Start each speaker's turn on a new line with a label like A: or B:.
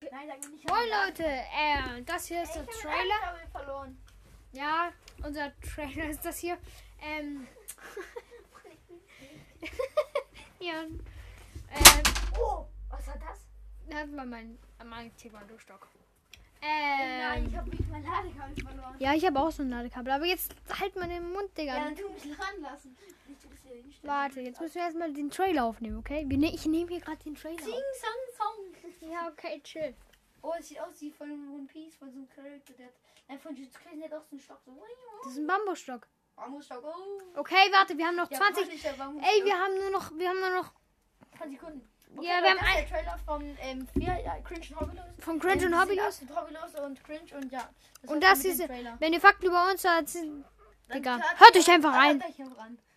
A: Nein, sag mir nicht.
B: Moin Leute, äh, das hier ist
A: Ey,
B: der
A: ich hab mit
B: Trailer.
A: einem Double verloren.
B: Ja, unser Trailer ist das hier. Ähm, ja, ähm,
A: Oh, was war das?
B: da hat man meinen mein Taekwondo-Stock.
A: Nein, ich
B: Ähm,
A: habe nicht mein Ladekabel verloren.
B: ja, ich habe auch so ein Ladekabel, aber jetzt halt mal den Mund, Digga.
A: Ja, dann tu mich ranlassen. Ich tu mich hier hinstellen.
B: Warte, jetzt müssen wir erstmal den Trailer aufnehmen, okay? Wir ne ich nehme hier gerade den Trailer
A: Sing,
B: auf.
A: song, song.
B: Ja, okay, chill.
A: Oh, es sieht aus wie von One Piece, von so einem Charakter. Der hat, nein, von Jujutsu Kaisen, der hat auch so einen Stock. So,
B: Das ist ein Bambusstock.
A: Bambusstock, oh.
B: Okay, warte, wir haben noch 20.
A: Japanischer Bambusstock.
B: Ey, wir haben nur noch, wir haben nur noch
A: 20 Sekunden.
B: Ja,
A: Leute,
B: wir haben
A: das ist der Trailer von ähm, vier, ja, Cringe und Hobbylos.
B: von Cringe
A: Ähm,
B: und
A: das sieht
B: Hobbylos.
A: aus wie Hobbylos und Cringe und ja.
B: Und
A: war's
B: das
A: mit
B: ist-
A: dem Trailer.
B: Wenn ihr Fakten über uns erzählt, Digga,
A: Dann hört-
B: hört euch einfach
A: dann
B: rein.
A: hört euch auch an.